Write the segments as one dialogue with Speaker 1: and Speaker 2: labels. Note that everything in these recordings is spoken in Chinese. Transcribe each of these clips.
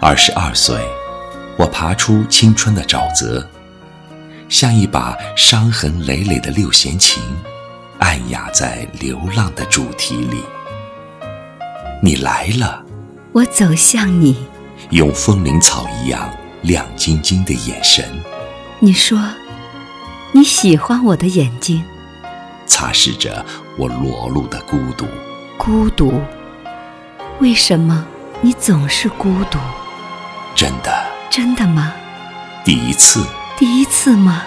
Speaker 1: 二十二岁，我爬出青春的沼泽，像一把伤痕累累的六弦琴，按压在流浪的主题里。你来了，
Speaker 2: 我走向你，
Speaker 1: 用风铃草一样亮晶晶的眼神，
Speaker 2: 你说你喜欢我的眼睛，
Speaker 1: 擦拭着我裸露的孤独。
Speaker 2: 孤独。为什么你总是孤独？
Speaker 1: 真的，
Speaker 2: 真的吗？
Speaker 1: 第一次，
Speaker 2: 第一次吗？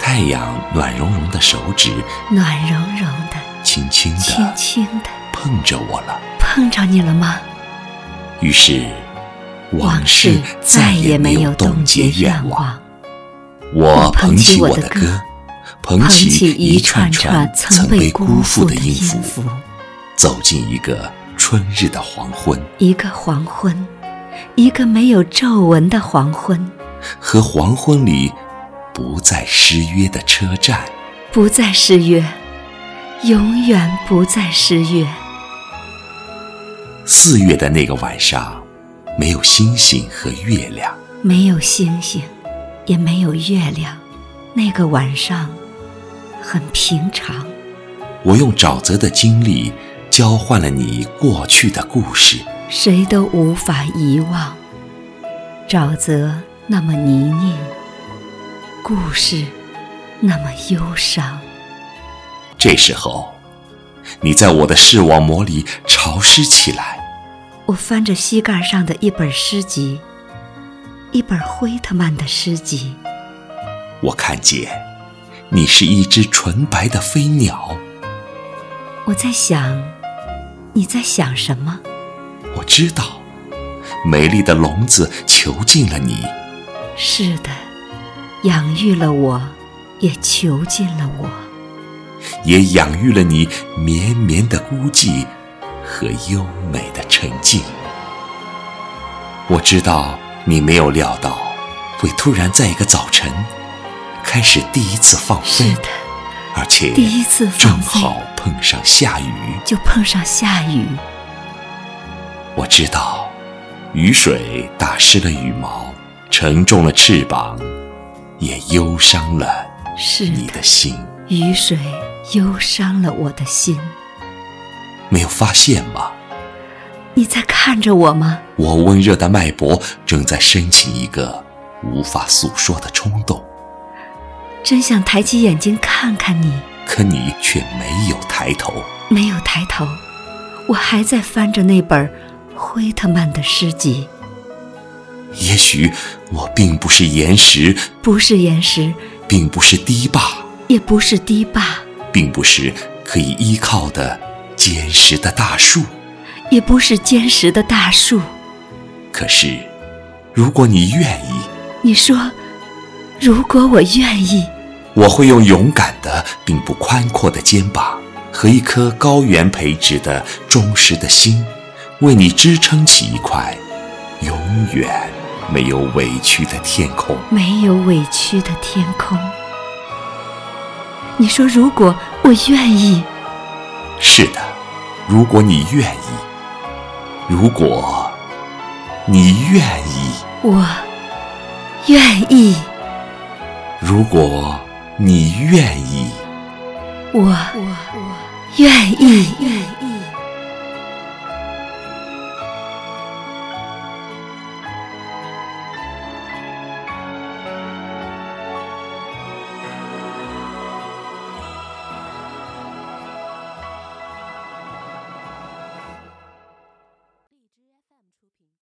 Speaker 1: 太阳暖融融的手指
Speaker 2: 暖融融的，
Speaker 1: 轻轻地
Speaker 2: 轻轻的，
Speaker 1: 碰着我了。
Speaker 2: 碰着你了吗？
Speaker 1: 于是，往事再也没有冻结愿望。
Speaker 2: 望。
Speaker 1: 我捧起
Speaker 2: 我
Speaker 1: 我
Speaker 2: 的
Speaker 1: 的
Speaker 2: 歌
Speaker 1: 歌，捧起一串串曾被辜负的音符，走进一个春日的黄昏，
Speaker 2: 一个黄昏，一个没有皱纹的黄昏，
Speaker 1: 和黄昏里不再失约的车站。
Speaker 2: 不再失约，永远不再失约。
Speaker 1: 四月的那个晚上，没有星星和月亮，
Speaker 2: 没有星星，也没有月亮，那个晚上很平常。
Speaker 1: 我用沼泽的经历交换了你过去的故事。
Speaker 2: 谁都无法遗忘。沼泽那么泥泞，故事那么忧伤。
Speaker 1: 这时候，你在我的视网膜里潮湿起来。
Speaker 2: 我翻着膝盖上的一本诗集，一本惠特曼的诗集。
Speaker 1: 我看见，你是一只纯白的飞鸟。
Speaker 2: 我在想，你在想什么？
Speaker 1: 我知道，美丽的笼子囚禁了你。
Speaker 2: 是的，养育了我，也囚禁了我。
Speaker 1: 也养育了你绵绵的孤寂和优美的沉静。我知道你没有料到，会突然在一个早晨开始第一次放
Speaker 2: 是
Speaker 1: 飞，
Speaker 2: 的，
Speaker 1: 而且
Speaker 2: 第一次
Speaker 1: 正
Speaker 2: 放飞
Speaker 1: 好碰上下雨。
Speaker 2: 就碰上下雨。
Speaker 1: 我知道，雨水打湿了羽毛，沉重了翅膀，也忧伤了
Speaker 2: 是
Speaker 1: 你
Speaker 2: 的
Speaker 1: 的，心。
Speaker 2: 雨水忧伤了我的心。
Speaker 1: 没有发现吗？
Speaker 2: 你在看着我吗？
Speaker 1: 我温热的脉搏正在申请一个无法诉说的冲动，
Speaker 2: 真想抬起眼睛看看你，
Speaker 1: 可你却没有抬头。
Speaker 2: 没有抬头，我还在翻着那本惠特曼的诗集，
Speaker 1: 也许我并不是岩石，
Speaker 2: 不是岩石，
Speaker 1: 并不是堤坝，
Speaker 2: 也不是堤坝，
Speaker 1: 并不是可以依靠的坚实的大树。
Speaker 2: 也不是坚实的大树。
Speaker 1: 可是，如果你愿意，
Speaker 2: 你说，如果我愿意，
Speaker 1: 我会用勇敢的并不宽阔的肩膀和一颗高原培植的忠实的心，为你支撑起一块永远没有委屈的天空。
Speaker 2: 没有委屈的天空。你说，如果我愿意，
Speaker 1: 是的，如果你愿意，如果你愿意，
Speaker 2: 我愿意，
Speaker 1: 如果你愿意。
Speaker 2: 我愿意，愿意。